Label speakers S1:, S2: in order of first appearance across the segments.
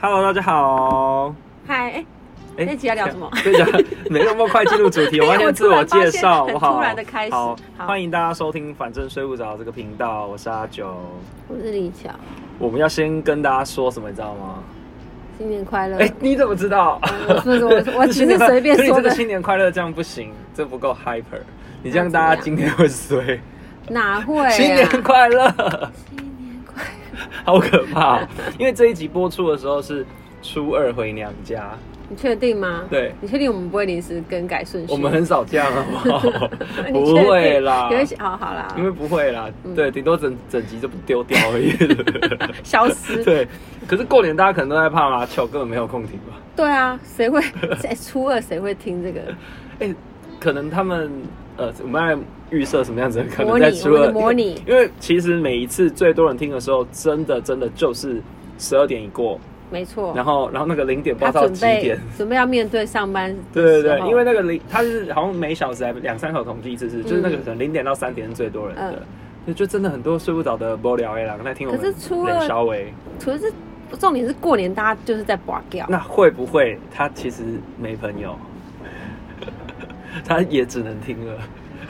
S1: Hello，大家好。
S2: 嗨，哎
S1: 哎
S2: 这集要聊什么？
S1: 对的，没那么快进入主题，
S2: 哎
S1: 我要先自我介 绍，
S2: 我突然发现很
S1: 我好。
S2: 突然的开始
S1: 好，
S2: 好
S1: 欢迎大家收听《反正睡不着》这个频道，我是阿九。
S3: 我是李巧，
S1: 我们要先跟大家说什么，你知道吗？
S3: 新年快乐！
S2: 呃
S1: 哎、你怎么知道？
S3: 我是我 我只是随便
S1: 所以
S3: 说
S1: 这个
S3: 的，
S1: 新年快乐这样不行，这不够 hyper。你这样大家今天会衰。
S3: 哪会、啊？
S1: 新年快乐，
S3: 新年快乐！
S1: 好可怕、哦！因为这一集播出的时候是初二回娘家，
S3: 你确定吗？
S1: 对
S3: 你确定我们不会临时更改顺序？？
S1: 我们很少这样，好不好
S3: 你
S1: 不
S3: 确定
S1: 会啦，
S3: 有一些哦嗯好好啦
S1: 因，为不会啦，对，顶多整整集就不丢掉而 已。
S3: 消失。
S1: 对，可是过年大家可能都在怕麻球，根本没有空听吧？
S3: 对啊，谁会？谁初二谁会听这个？
S1: 哎、可能他们呃，我们来预设什么样子？可
S3: 模
S1: 能
S3: 拟
S1: 在初
S3: 我们
S1: 二
S3: 的模拟
S1: 因为其实每一次最多人听的时候，真的真的就是十二点一过，
S3: 没错，
S1: 然后然后那个零点不知
S3: 他
S1: 道到
S3: 准
S1: 几
S3: 备
S1: 点。
S3: 准备要面对上班的
S1: 对对
S3: 时
S1: 对，
S3: 候
S1: 因为那个零，它是好像每小时还两三口统计一次
S3: 嗯
S1: 是，就是那个可能零点到三点是最多人的，就就真的很多睡不着的无聊的人来听我们
S3: 可是初二
S1: 冷稍微。
S3: 可是重点是过年大家就是在拔掉，
S1: 那会不会他其实没朋友？ 他也只能听了，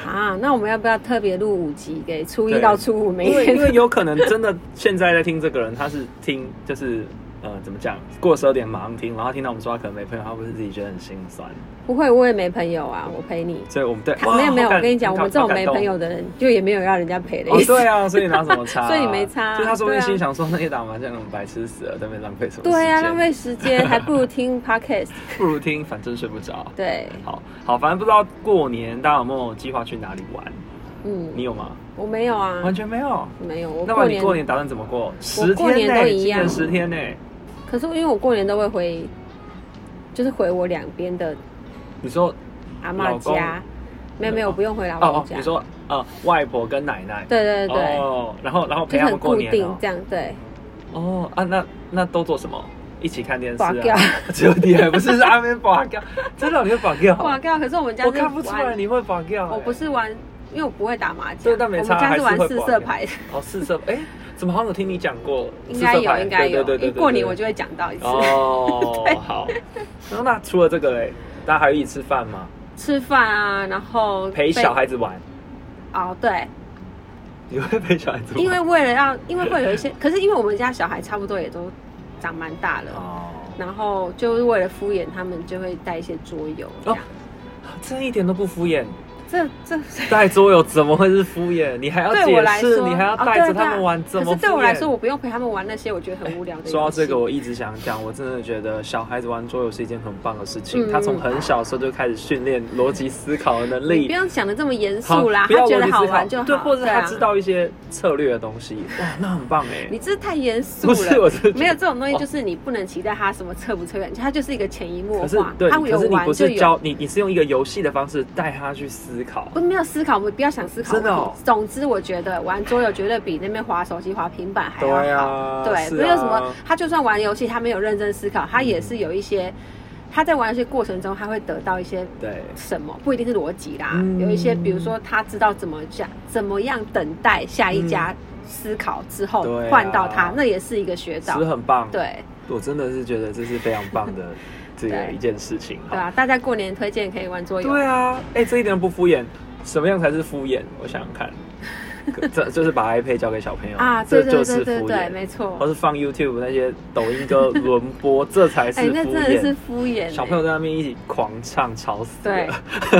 S3: 啊，那我们要不要特别录五集给初一
S1: 对
S3: 到初五每
S1: 因为因
S3: 天？
S1: 为有可能真的现在在听这个人，他是听就是呃怎么讲，过十二点马上听，然后听到我们说他可能没朋友，他不是自己觉得很心酸，
S3: 不会，我也没朋友啊，我陪你。
S1: 所以我们对哇
S3: 没有没有，
S1: 好感
S3: 我跟你讲，我们这种没朋。
S1: 好感动
S3: 友的人，就也没有要人家陪的
S1: 哦
S3: 意，思。
S1: 对啊，所以拿什么差、
S3: 所以你没差啊
S1: 所以他说不定
S3: 对啊
S1: 心想说，那些打麻将那种白痴死了，在那边浪费什么时间？
S3: 对啊，浪费时间，还不如 听 podcast。
S1: 不如听，反正睡不着。
S3: 对，
S1: 好好，反正不知道过年大家有没有计划去哪里玩？
S3: 嗯，
S1: 你有吗？
S3: 我没有啊，
S1: 完全没有。
S3: 没有。我
S1: 那么
S3: 过
S1: 你
S3: 年，
S1: 过年打算怎么过？十
S3: 过
S1: 天
S3: 年
S1: 呢、
S3: 都一
S1: 今年
S3: 样
S1: 十天呢、
S3: 可是因为我过年都会回，就是回我两边的
S1: 你说
S3: 阿嬷
S1: 老
S3: 家。没有没有，我不用回老公
S1: 哦，
S3: 家。
S1: 你说呃，外婆跟奶奶。
S3: 对对对对，
S1: 哦，然后然后陪
S3: 就是
S1: 他们
S3: 很
S1: 过
S3: 固
S1: 年
S3: 定
S1: 哦。
S3: 这样。对，
S1: 哦啊，那那都做什么？一起看电视
S3: 拔 掉
S1: 啊？只有你还不是是阿边拔掉，真的你会拔掉？
S3: 哇靠！可是我们家
S1: 我
S3: 是
S1: 看不出来
S3: 玩，
S1: 你会拔掉、欸。
S3: 我不是玩，因为我不会打麻将。
S1: 对
S3: 我
S1: 但没
S3: 们
S1: 差
S3: 家是玩
S1: 还是
S3: 四
S1: 会
S3: 色
S1: 玩
S3: 牌的，
S1: 哦，四色哎、怎么好像有听你讲过？
S3: 应该
S1: 四色
S3: 有，
S1: 牌
S3: 应该有。
S1: 对对对
S3: 因为
S1: 对对
S3: 过年
S1: 对
S3: 我就会讲到一次。
S1: 哦，好。然后那除了这个嘞，大家还一起吃饭吗？
S3: 吃饭啊，然后
S1: 陪
S3: 被
S1: 小孩子玩，
S3: 哦，对，
S1: 你会陪小孩子玩？
S3: 因为为了要，因为会有一些，可是因为我们家小孩差不多也都长蛮大了，
S1: 哦，
S3: 然后就是为了敷衍他们，就会带一些桌游这样。
S1: 哦这一点都不敷衍。
S3: 这这
S1: 带桌游怎么会是敷衍？你还要
S3: 对我
S1: 解
S3: 来
S1: 释，
S3: 说，
S1: 你还要
S3: 哦
S1: 带着
S3: 对对
S1: 他们玩，
S3: 可
S1: 怎么
S3: 是
S1: 敷
S3: 对我来说，
S1: 衍？哎
S3: 我不用陪他们玩那些我觉得很无聊的游戏。
S1: 说到这个，我一直想讲，我真的觉得小孩子玩桌游是一件很棒的事情。
S3: 嗯
S1: 他从很小的时候就开始训练逻辑思考的能
S3: 你
S1: 力
S3: 不，用想的这么严
S1: 好
S3: 肃啦，
S1: 不要
S3: 他觉
S1: 我
S3: 得
S1: 只
S3: 好
S1: 知道
S3: 玩就好。
S1: 对，或者
S3: 对啊
S1: 他知道一些策略的东西，哇，那很棒哎。
S3: 你这太严肃
S1: 不
S3: 了。
S1: 是，我是
S3: 没有这种东西，
S1: 哦
S3: 就是你不能期待他什么测不测验，他就是一个潜移默
S1: 可是
S3: 化。
S1: 对，
S3: 他有
S1: 可是你
S3: 玩
S1: 不
S3: 就是有。
S1: 教你，你是用一个游戏的方式带他去思考。
S3: 不没有思考，我们不要想思考。
S1: 真的哦
S3: 总之，我觉得玩桌游绝对比那边划手机、划平板还要好。
S1: 对啊
S3: 对
S1: 是啊
S3: 不是有什么，他就算玩游戏，他没有认真思考，他也是有一些，他在玩游戏过程中，他会得到一些
S1: 对，
S3: 什么，不一定是逻辑啦，
S1: 嗯
S3: 有一些，比如说他知道怎么讲，怎么样等待下一家思考之后
S1: 对啊
S3: 换到他，那也是一个学
S1: 是
S3: 长
S1: 不是。很棒。，
S3: 对
S1: 我真的是觉得这是非常棒 的这个
S3: 对
S1: 一件事情。
S3: 对啊，大家过年推荐可以玩桌游。
S1: 对啊，哎、这一点都不敷衍。什么样才是敷衍？我想想 看，可这就是把 iPad 交给小朋友
S3: 啊，
S1: 这
S3: 对对
S1: 就
S3: 对
S1: 是
S3: 对
S1: 敷
S3: 对，
S1: 衍。
S3: 没错
S1: 或。是放 YouTube 那些抖音歌轮播，这才是
S3: 哎、
S1: 敷
S3: 那真的是
S1: 衍。
S3: 敷衍、欸。
S1: 小朋友在那边一起狂唱，吵死
S3: 对
S1: 了。，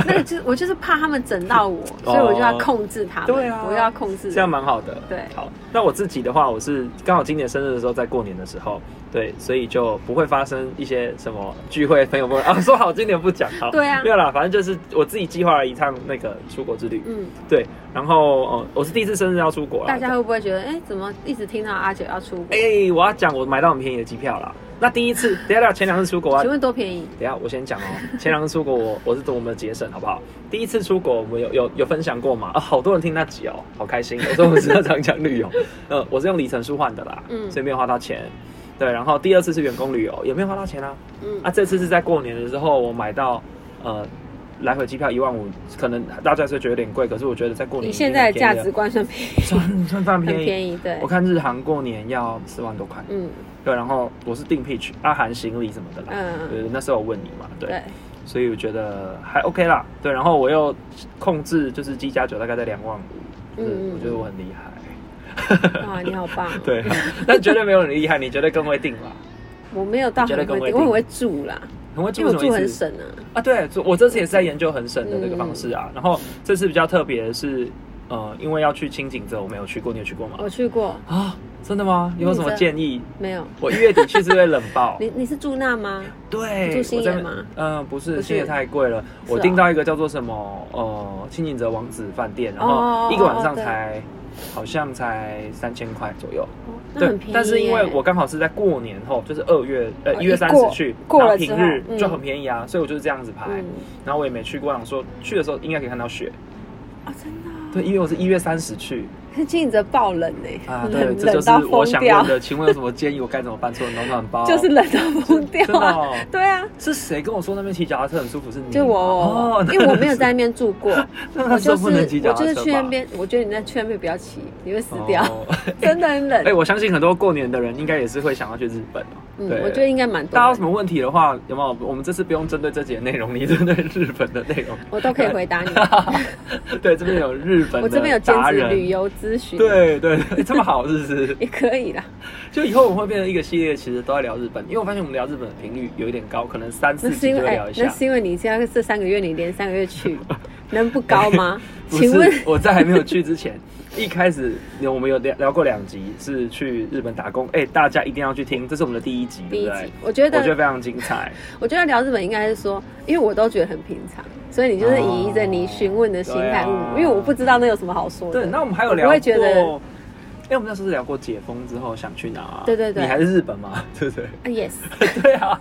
S3: 那个就是我就是怕他们整到我，所以我就要控制他
S1: 哦
S3: 们，
S1: 对啊
S3: 我要控制。
S1: 这样蛮好的。
S3: 对
S1: 好，那我自己的话，我是刚好今年生日的时候，在过年的时候，对，所以就不会发生一些什么聚会， 朋友们啊，说好今年不讲，好，
S3: 对啊
S1: 没有啦，反正就是我自己计划了一趟那个出国之旅，
S3: 嗯，
S1: 对，然后呃，我是第一次生日要出国啦，
S3: 大家会不会觉得，哎、怎么一直听到阿九要出国？
S1: 哎、我要讲我买到很便宜的机票啦。那第一次，等一下等一下前两次出国啊
S3: 请，问多便宜？
S1: 等一下，我先讲哦。 前两次出国我，我是多么的节省，好不好？第一次出国，我们有有有分享过嘛？啊，好多人听那集哦，好开心。我说我们是要常讲 旅游，呃，我是用里程数换的啦，
S3: 嗯
S1: 所以没有花到钱。对，然后第二次是员工旅游，也没有花到钱啊。
S3: 嗯，
S1: 啊，这次是在过年的时候，我买到呃来回机票一万五，可能大家是觉得有点贵，可是我觉得在过年
S3: 你
S1: 已经
S3: 现
S1: 很
S3: 在的价
S1: 便宜
S3: 值观算便宜，
S1: 了算算非常
S3: 很
S1: 便宜。
S3: 便宜，对
S1: 我，看日韩过年要四万多块，
S3: 嗯，
S1: 对，然后我是订 Peach，阿含行李什么的啦。
S3: 嗯，
S1: 呃，那时候我问你嘛，对，
S3: 对，
S1: 所以我觉得还 OK 啦。对，然后我又控制就是机加酒大概在两万五，
S3: 嗯
S1: 嗯，我觉得我很厉害。
S3: 哇，你好棒哦！
S1: 对啊， 但绝对没有你厉害，你绝对更会定啦，
S3: 我没有到很
S1: 你
S3: 会
S1: 觉得更会
S3: 订，我很会住啦，
S1: 很会
S3: 因
S1: 住什
S3: 为我
S1: 么
S3: 住很
S1: 意思？
S3: 省嗯啊。
S1: 啊，对，我这次也是在研究很省的那个方式啊。然后这次比较特别的是，呃，因为要去清景泽，我没有去过，你有去过吗？
S3: 我去过，
S1: 啊，真的吗？你有什么建议？
S3: 没有？。
S1: 我一月底去是会冷爆
S3: 嗯 你你是住那吗？
S1: 对，
S3: 住新野
S1: 我在
S3: 吗
S1: 嗯，不
S3: 不
S1: 是，
S3: 是
S1: 新野太贵了。
S3: 是
S1: 我
S3: 哦
S1: 订到一个叫做什么呃清景泽王子饭店，然
S3: 哦
S1: 后一个晚
S3: 哦
S1: 上
S3: 对
S1: 才好像才三千块左右。
S3: 哦那
S1: 对
S3: 很便宜，耶。
S1: 但是因为我刚好是在过年后，就是二月呃
S3: 哦
S1: 一月
S3: 一
S1: 三
S3: 过
S1: 十去，
S3: 过
S1: 然后
S3: 了之
S1: 平
S3: 后
S1: 日
S3: 嗯
S1: 就很便宜啊，所以我就是这样子排。
S3: 嗯，
S1: 然后我也没去过，想说去的时候应该可以看到雪。
S3: 啊，真的哦，
S1: 对，因为我是一月三十去
S3: 可是清泽爆冷呢，
S1: 啊，对，
S3: 冷
S1: 这就
S3: 冷
S1: 是
S3: 到
S1: 我
S3: 疯
S1: 想
S3: 掉
S1: 问，的。请问有什么建议？我该怎么办？除了暖暖包，
S3: 就是冷到疯掉
S1: 哦真的
S3: 啊！
S1: 哦。
S3: 对啊，
S1: 是谁跟我说那边骑脚踏车很舒服？是你？
S3: 就我
S1: 哦，，
S3: 因为我没有在那边住过，
S1: 那
S3: 我
S1: 那时
S3: 就
S1: 候
S3: 是
S1: 不能骑脚
S3: 我
S1: 踏车
S3: 就
S1: 吧
S3: 是去那边，我觉得你在去那边不要骑，你会死掉，
S1: 哦
S3: 真的很冷
S1: 哎、。我相信很多过年的人应该也是会想要去日本哦、
S3: 嗯，
S1: 对，
S3: 我觉得应该蛮多
S1: 大家有什
S3: 的，
S1: 么问题的话，有没有？我们这次不用针对这节内容，你针对日本的内容。
S3: 我都可以回答你。
S1: 对，这边有日本的
S3: 我这边有兼
S1: 达
S3: 职
S1: 人
S3: 旅。游咨询，，
S1: 对对对，这么好是不是？
S3: 也可以啦。
S1: 就以后我们会变成一个系列，其实都在聊日本，因为我发现我们聊日本的频率有一点高，可能三
S3: 那
S1: 四
S3: 是
S1: 集
S3: 因
S1: 就
S3: 为
S1: 会
S3: 哎、
S1: 聊一下
S3: 那。是因为你现在这三个月你连三个月去，能不高吗？
S1: 不
S3: 请问
S1: 是，我在还没有去之前， 一开始我们有聊聊过两集，是去日本打工。哎、大家一定要去听，这是我们的第一集，
S3: 第一
S1: 对不
S3: 集
S1: 对？，
S3: 我觉得
S1: 我觉得非常精彩。
S3: 我觉得聊日本应该是说，因为我都觉得很平常，所以你就是以一个你询问的心态，
S1: 哦
S3: 嗯因为我不知道那有什么好说的。
S1: 对，那我们还有聊
S3: 我
S1: 过，
S3: 会觉得
S1: 哎、我们那时候是聊过解封之后想去哪、啊？
S3: 对对对
S1: 你还是日本嘛， 对 不对？
S3: 啊，yes，
S1: 对啊，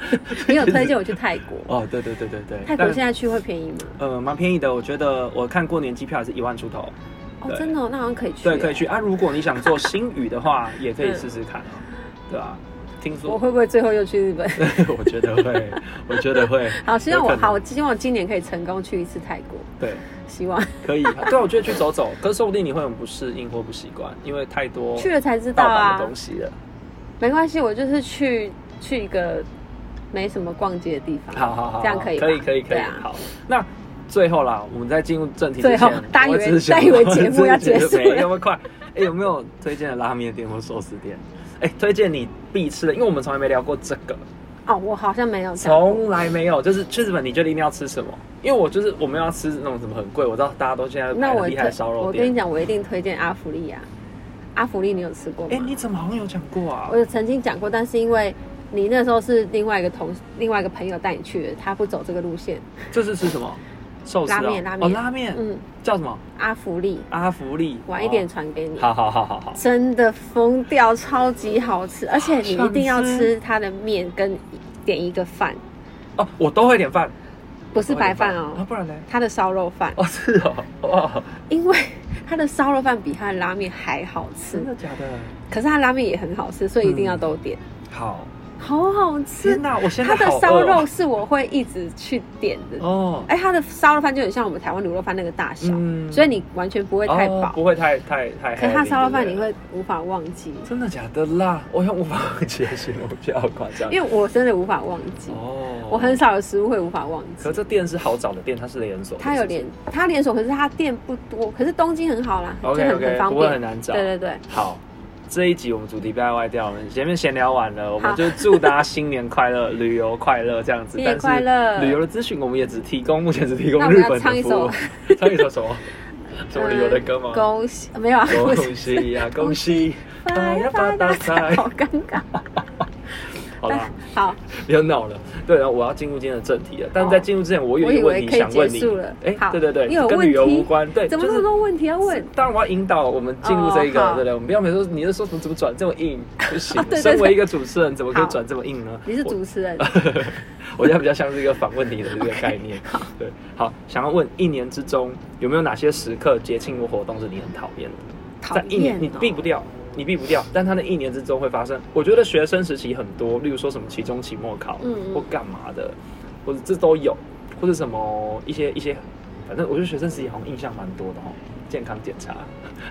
S3: 你有推荐我去泰国？
S1: 哦，对对对对对，
S3: 泰国
S1: 但
S3: 现在去会便宜吗？
S1: 呃蛮便宜的，我觉得我看过年机票还是一万出头，
S3: 哦，
S1: 对
S3: 真的、哦，那好像可以去。
S1: 对，可以去。啊。如果你想做新语的话，也可以试试看啊，
S3: 嗯
S1: 对啊，听
S3: 我
S1: 说，
S3: 会不会最后又去日本？
S1: 我觉得会，我觉得会，
S3: 好，希望
S1: 有
S3: 我
S1: 可能
S3: 好，我希望我今年可以成功去一次泰国，
S1: 对。
S3: 希望
S1: 可以，啊对，我觉得去走走，可是说不定你会很不适应或不习惯，因为太多
S3: 去了才知道
S1: 盗版的
S3: 啊
S1: 东。西了。
S3: 没关系，我就是去去一个没什么逛街的地方。
S1: 好好好，
S3: 这样可以吧
S1: 可以，可以，可
S3: 对
S1: 以
S3: 啊。
S1: 好，那最后啦，我们在进入正题之
S3: 最后
S1: 前，
S3: 大家以
S1: 我
S3: 为
S1: 只是想
S3: 大家以为节目要结束了
S1: 没有那么快。哎，有没有推荐的拉面店或寿司店？哎，推荐你必吃的，因为我们从来没聊过这个，
S3: 哦，我好像没有这样。
S1: 从来没有。就是去日本，你觉得一定要吃什么？因为我就是我们要吃那种什么很贵，我知道大家都现在
S3: 那
S1: 排
S3: 我
S1: 很厉害的
S3: 推
S1: 烧肉
S3: 我跟你
S1: 店。
S3: 讲，我一定推荐阿芙利亚。阿芙利，你有吃过吗？
S1: 哎，你怎么好像有讲过啊
S3: 我？有曾经讲过，但是因为你那时候是另外一个同另外一个朋友带你去的，他不走这个路线。
S1: 这是吃什么？寿司啊
S3: 拉面拉
S1: 哦，
S3: 面
S1: 拉面
S3: 嗯，
S1: 叫什么？
S3: 阿芙利，
S1: 阿福利。
S3: 晚一点
S1: 哦。
S3: 传给你。
S1: 好好好好好。
S3: 真的疯掉，超级好吃，而且你一定要
S1: 好想
S3: 吃
S1: 吃
S3: 它的面跟点一个饭，
S1: 哦，我都会点饭。
S3: 不是白饭
S1: 啊，
S3: 哦，
S1: 不然呢？
S3: 它的烧肉饭，
S1: 哦，是哦，哇，
S3: 因为 它的烧肉饭比它的拉面还好吃
S1: 真，的假的？
S3: 可是它的拉面也很好吃，所以一定要都点，
S1: 好，
S3: 好好吃
S1: 天。哪，我现在
S3: 它的
S1: 好饿
S3: 烧肉
S1: 哦
S3: 是我会一直去点的，
S1: 哦，
S3: 哎，它的烧肉饭就很像我们台湾卤肉饭那个大小，
S1: 嗯
S3: 所以你完全不会太
S1: 哦
S3: 饱。
S1: 不会太太太 heavy 对不
S3: 可
S1: 对。
S3: 是它烧肉饭你会无法忘记，
S1: 真的假的啦？我用无法解形容比较夸张，
S3: 因
S1: 为
S3: 为我真的无法忘记，
S1: 哦，
S3: 我很。少有食物会无法忘记
S1: 可。这店是好找的店，它是连锁的，
S3: 它有连它连锁，可是它店不多，可是东京很好啦，就
S1: OK
S3: 很很
S1: OK，
S3: 方
S1: 不会很
S3: 便。
S1: 难找。
S3: 对对对，
S1: 好，这一集我们主题被歪掉了，我们前面闲聊完了，我
S3: 好
S1: 们就祝大家新年快乐， 旅游快乐这样子。
S3: 新年
S1: 但
S3: 快
S1: 是
S3: 乐
S1: 旅游的资讯我们也只提供，目前只提供
S3: 那我
S1: 日
S3: 们
S1: 本
S3: 要
S1: 的
S3: 唱一
S1: 服务。 唱一首 什么？什么旅游的歌吗？
S3: 恭喜没有啊，
S1: 恭喜呀，恭喜发呀发大财！
S3: 好尴尬。
S1: 好啦，
S3: 好，
S1: 不要闹了。对，然后我要进入今天的正题了。但是在进入之前，我有
S3: 我
S1: 一
S3: 以
S1: 个问
S3: 为
S1: 题
S3: 可以
S1: 想
S3: 结
S1: 问你
S3: 束了。。
S1: 哎
S3: 好，，
S1: 对对对
S3: 你有，
S1: 跟
S3: 问
S1: 旅游无
S3: 题？
S1: 关。对，
S3: 怎么
S1: 哎就
S3: 那么
S1: 是
S3: 多问题要问？
S1: 当然我要引导我们进入这一个，
S3: 哦好
S1: 对不对？我们不要每次你是说什么怎么转这么硬，不行。
S3: 哦 对对对
S1: 身为一个主持人，怎么可以转这么硬呢？
S3: 你是主持人，
S1: 我，我现在比较像是一个访问你的这个概 念。对，好，想要问一年之中有没有哪些时刻、节庆或活动是你很讨厌的？
S3: 讨
S1: 在一
S3: 厌
S1: 年
S3: 哦
S1: 你避不掉，你避不掉，但它那一年之中会发生。我觉得学生时期很多，例如说什么期中、期末考，
S3: 嗯嗯
S1: 或干嘛的，或者这都有，或者什么一些一些反正我觉得学生时期好像印象蛮多的哦，健康检查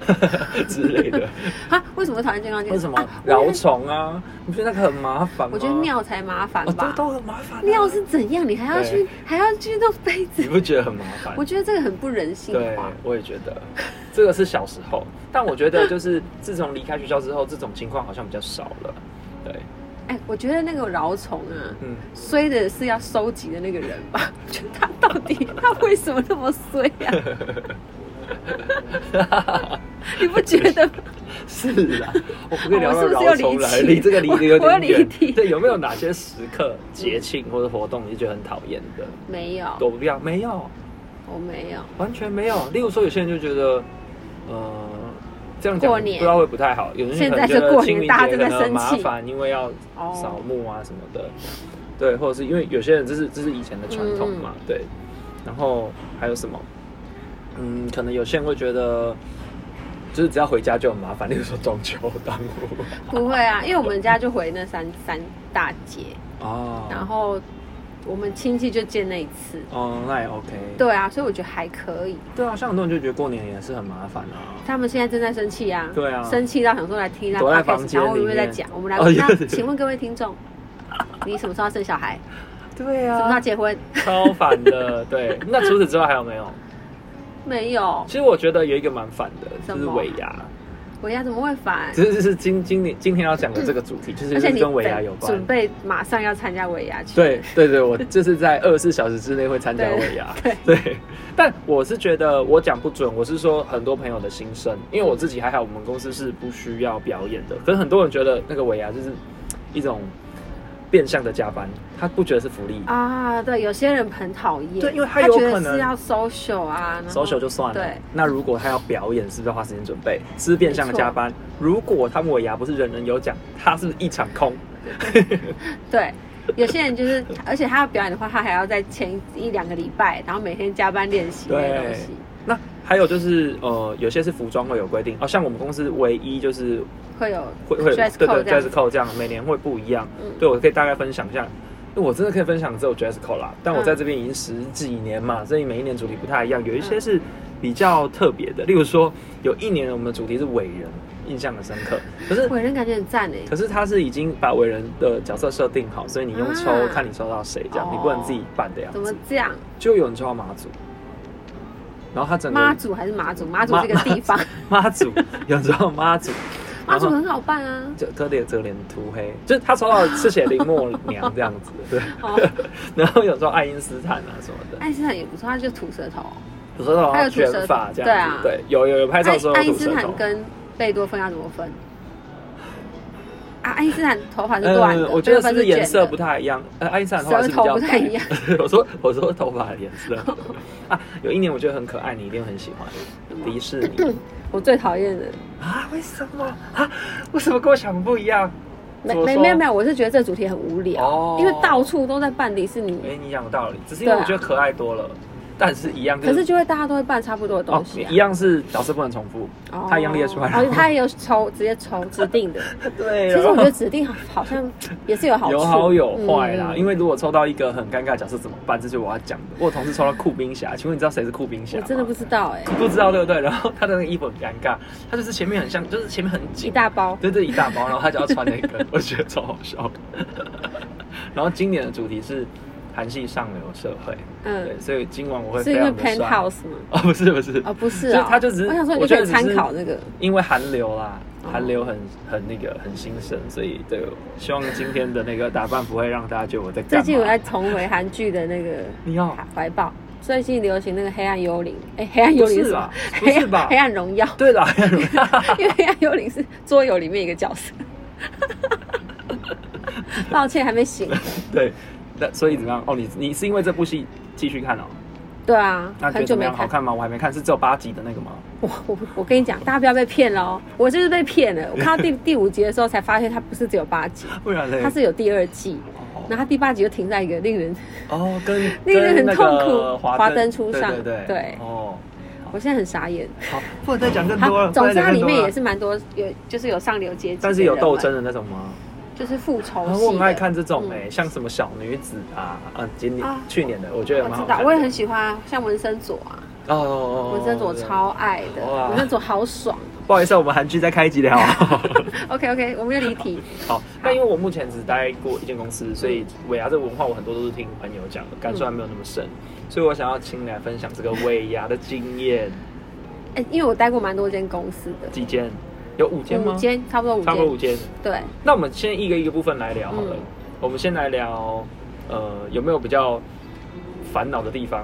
S1: 之类 的，
S3: 啊，为什么讨厌健康检查？
S1: 为什么
S3: 啊我觉
S1: 饶
S3: 得
S1: 虫啊？你不觉得那个很麻烦吗？
S3: 我觉得尿才麻烦
S1: 哦，
S3: 吧
S1: 都。都很麻烦啊、
S3: 尿是怎样？你还要去
S1: 对，
S3: 还要去弄杯
S1: 你
S3: 子？
S1: 不觉得很麻烦？
S3: 我觉得这个很不人性
S1: 对
S3: 化。，
S1: 我也觉得，这个是小时候，但我觉得就是自从离开学校之后，这种情况好像比较少了。对，
S3: 哎、我觉得那个饶虫啊，
S1: 嗯，
S3: 衰的是要收集的那个人吧？就他到底他为什么那么衰啊呀、你不觉 得吗？
S1: 是 啊，我们可以聊到
S3: 哦我是不是
S1: 饶
S3: 又
S1: 虫
S3: 离
S1: 来
S3: 题
S1: 离这个离得有
S3: 我我
S1: 点
S3: 离
S1: 远。
S3: 题
S1: 对，有没有哪些时刻、节庆或者活动你觉得很讨厌的？
S3: 没有，
S1: 都不要，没有，
S3: 我没有。
S1: 完全没有。例如说，有些人就觉得，呃，这样讲
S3: 过
S1: 不
S3: 年
S1: 知道会不太好。有些人可能
S3: 现在是
S1: 觉得
S3: 过年
S1: 清明
S3: 大家
S1: 节
S3: 都在
S1: 可能很
S3: 生
S1: 麻
S3: 气
S1: 烦，因为要
S3: 哦
S1: 扫墓啊什么的。对，或者是因为有些人这是这是以前的传统嘛，
S3: 嗯
S1: 对。然后还有什么？嗯，可能有些人会觉得，就是只要回家就很麻烦。例如说中秋、端 午
S3: 不会啊，因为我们家就回那三三大节，
S1: 哦，
S3: 然后我们亲戚就见那一次。
S1: 哦，那也 OK。
S3: 对啊，所以我觉得还可以。
S1: 对啊，像很多人就觉得过年也是很麻烦啊。
S3: 他们现在正在生气啊，
S1: 对啊
S3: 生气到想说来听一下
S1: 躲在
S3: podcast，
S1: 房间
S3: 然后我们
S1: 里
S3: 在
S1: 面
S3: 讲，我们来
S1: 哦
S3: 问
S1: 有
S3: 他，
S1: 点
S3: 请问各位听众，你什么时候要生小 孩？
S1: 对
S3: 什么时候要，结婚？
S1: 超烦的。对，那除此之外还有没有？
S3: 没有，
S1: 其实我觉得有一个蛮烦的，
S3: 什
S1: 就
S3: 么
S1: 是尾牙，
S3: 我家怎么会烦？
S1: 只是就是今今年今天要讲的这个主题，就是
S3: 嗯而
S1: 就
S3: 且
S1: 是
S3: 你
S1: 跟尾牙
S3: 准
S1: 有关
S3: 准。备马上要参加尾牙去，
S1: 对对对，我就是在二十四小时之内会参加尾牙。
S3: 对
S1: 对，但我是觉得我讲不准，我是说很多朋友的心声，因为我自己还好，我们公司是不需要表演的。可是很多人觉得那个尾牙就是一种变相的加班，他不觉得是福利。
S3: 啊，对，有些人很讨厌，
S1: 对因为他
S3: 他
S1: 有
S3: 觉
S1: 可
S3: 得
S1: 能
S3: 是要 social 啊然后
S1: social 就算了
S3: 对，
S1: 那如果他要表演，是不是要花时间准备？是不是变相的加班。如果他们尾牙不是人人有奖，他是不是一场空？
S3: 对。有些人就是，而且他要表演的话，他还要在前一两个礼拜，然后每天加班练习那些东西，
S1: 那还有就是，呃，有些是服装会有规定哦，像我们公司唯一就是
S3: 会有
S1: 会会
S3: dress
S1: 对
S3: code
S1: 对
S3: 这样
S1: dress code 这样，每年会不一样。
S3: 嗯
S1: 对我可以大概分享一下，因为我真的可以分享只有 dress code 啦，
S3: 嗯
S1: 但我在这边已经十几年嘛，所以每一年主题不太一样，有一些是比较特别的，例如说有一年我们的主题是伟人，印象很深刻，可是
S3: 伟人感觉很赞哎，
S1: 可是他是已经把伟人的角色设定好，所以你用抽、
S3: 啊
S1: 看你抽到谁这样，
S3: 哦
S1: 你不能自己扮的样
S3: 怎么
S1: 子。
S3: 这样？
S1: 就有人抽到妈祖，然后他整个
S3: 妈祖还是马祖？马祖
S1: 妈
S3: 这个地方，
S1: 妈祖，有人抽到妈 祖，
S3: 妈
S1: 然
S3: 祖
S1: 后
S3: 很好办啊。
S1: 就割裂折脸涂黑，就是他抽到是写林默娘这样 子，对。
S3: 哦，
S1: 然后有时候爱因斯坦啊什么的，
S3: 爱因斯坦也不错，他就吐舌头。
S1: 有时候
S3: 还有吐
S1: 卷
S3: 舌头
S1: 发这
S3: 对
S1: 样
S3: 啊
S1: 子，对，有有有拍照
S3: 爱
S1: 的时候
S3: 爱
S1: 有
S3: 因
S1: 吐
S3: 斯
S1: 舌
S3: 坦
S1: 头。
S3: 跟贝多芬要怎么分？啊，爱因斯坦头发是乱的，
S1: 嗯，呃我觉得
S3: 贝多芬
S1: 是不是颜色不
S3: 卷
S1: 太一样？呃，爱因斯坦头发是比
S3: 舌
S1: 较
S3: 头不太一样
S1: 白 我说我说头发的颜色 啊，有一年我觉得很可爱，你一定很喜欢迪士尼
S3: 的我最讨厌的。
S1: 啊？为什么啊？为什么跟我想的不一样？
S3: 没
S1: 怎么
S3: 没
S1: 说
S3: 没有没有，我是觉得这主题很无聊，
S1: 哦
S3: 因为到处都在办迪士尼，
S1: 哎，你讲有道理，只是因为
S3: 对啊
S1: 我觉得可爱多了，但是一样就
S3: 可是就会大家都会办差不多的
S1: 哦
S3: 东，西、啊
S1: 一样是角色不能重复，
S3: 哦
S1: 他一样列出来，
S3: 而且他也有抽直接抽指定的。
S1: 对，
S3: 其
S1: 然
S3: 实
S1: 后
S3: 我觉得指定好像也是有好处，嗯
S1: 有好有坏啦，因
S3: 为
S1: 为如果抽到一个很尴尬的角色怎么办？这就是我要讲的。我有同事抽到酷冰侠，请问你知道谁是酷冰侠
S3: 我
S1: 吗？
S3: 真的不知道哎、
S1: 不知道对不对？然后他的那个衣服很尴尬，他就是前面很像，就是前面很
S3: 一
S1: 紧，
S3: 大包。
S1: 对对一大包，然后他就要穿那个， 我觉得超好笑。然后今年的主题是韩系上流社会，
S3: 嗯
S1: 对，，所以今晚我会
S3: 是
S1: 非
S3: 因为
S1: 常的帅。
S3: penthouse 吗？
S1: 哦，不是不是，
S3: 哦，不是
S1: 所以
S3: 啊、
S1: 他就只是
S3: 我想说，你
S1: 我
S3: 就
S1: 觉得
S3: 可以
S1: 只是
S3: 参考那个。
S1: 因为韩流啦，
S3: 哦
S1: 韩流很很那个很兴盛，所以对，希望今天的那个打扮不会让大家觉得我在干
S3: 最
S1: 嘛。
S3: 近我在重回韩剧的那个
S1: 你要
S3: 怀抱，最近流行那个《黑暗幽灵》，哎，《黑暗幽灵》
S1: 不是
S3: 什
S1: 吧
S3: 么？
S1: 不是吧
S3: 黑暗黑暗荣耀》，
S1: 对啊啦，
S3: 因为《黑暗幽灵》是桌游里面一个角色。 抱歉，还没醒。
S1: 对，那所以怎么样？哦，你你是因为这部戏继续看哦？
S3: 对啊，
S1: 那觉
S3: 很
S1: 得
S3: 久
S1: 怎么
S3: 没
S1: 样？好
S3: 看。
S1: 看吗？我还没看，是只有八集的那个吗？
S3: 我我我跟你讲，大家不要被骗了哦！我就是被骗了。我 看到第第五集的时候，才发现它不是只有八集，
S1: 不然嘞？
S3: 它是有第二季。
S1: 哦
S3: 然后它第八集就停在一个令人，
S1: 哦，跟
S3: 那个人
S1: 跟
S3: 很痛苦
S1: 个
S3: 华灯初上
S1: 对对
S3: 对
S1: 哦，
S3: 我现在很傻眼。
S1: 好，不能再讲更
S3: 好，
S1: 多了。不
S3: 总
S1: 能
S3: 之
S1: 再
S3: 它
S1: 讲
S3: 里
S1: 更多
S3: 面
S1: 了
S3: 也，是蛮多有，就是有上流阶级，
S1: 但是有斗，争的那种吗？
S3: 就是复仇
S1: 啊
S3: 戏的。
S1: 我很爱看这种
S3: 嗯
S1: 哎，像什么小女子啊，啊，今年
S3: 啊
S1: 今年去年的，我觉得
S3: 我
S1: 蛮好
S3: 知
S1: 看
S3: 道，
S1: 的。
S3: 我也很喜欢啊，像文森佐啊，
S1: 哦哦哦，
S3: 文森佐超爱的，
S1: 哇
S3: 文森佐好爽。
S1: 不好意思啊，我们韩剧再开一集聊。
S3: OK OK，我们又 离题。
S1: 好，那因为我目前只待过一间公司，所以尾牙这个文化我很多都是听朋友讲的，感受还没有那么深，所以我想要请你来分享这个尾牙的经验。
S3: 哎、因为我待过蛮多间公司的，
S1: 几间？有五间吗？
S3: 五，间差不多五
S1: 差不多五
S3: 间。
S1: 间。
S3: 对，
S1: 那我们先一个一个部分来聊好了。
S3: 嗯
S1: 我们先来聊，呃，有没有比较烦恼的地方？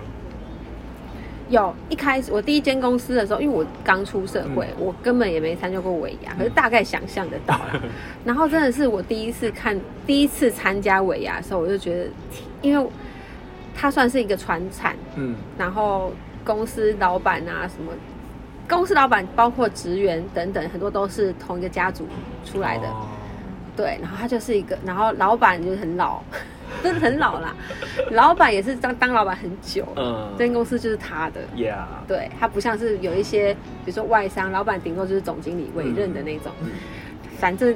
S3: 有一开始我第一间公司的时候，因为我刚出社会，
S1: 嗯
S3: 我根本也没参加过尾牙，可是大概想象得 到啦。然后真的是我第一次看，第一次参加尾牙的时候，我就觉得，因为它算是一个传产，
S1: 嗯
S3: 然后公司老板啊什么，公司老板包括职员等等，很多都是同一个家族出来的。
S1: 哦
S3: 对，然后他就是一个，然后老板就是很老， 真的很老啦。老板也是当当老板很久，
S1: 嗯
S3: 这间公司就是他的。
S1: ，Yeah，
S3: 对，他不像是有一些，比如说外商，老板顶多就是总经理委任的那种，
S1: 嗯
S3: 反正，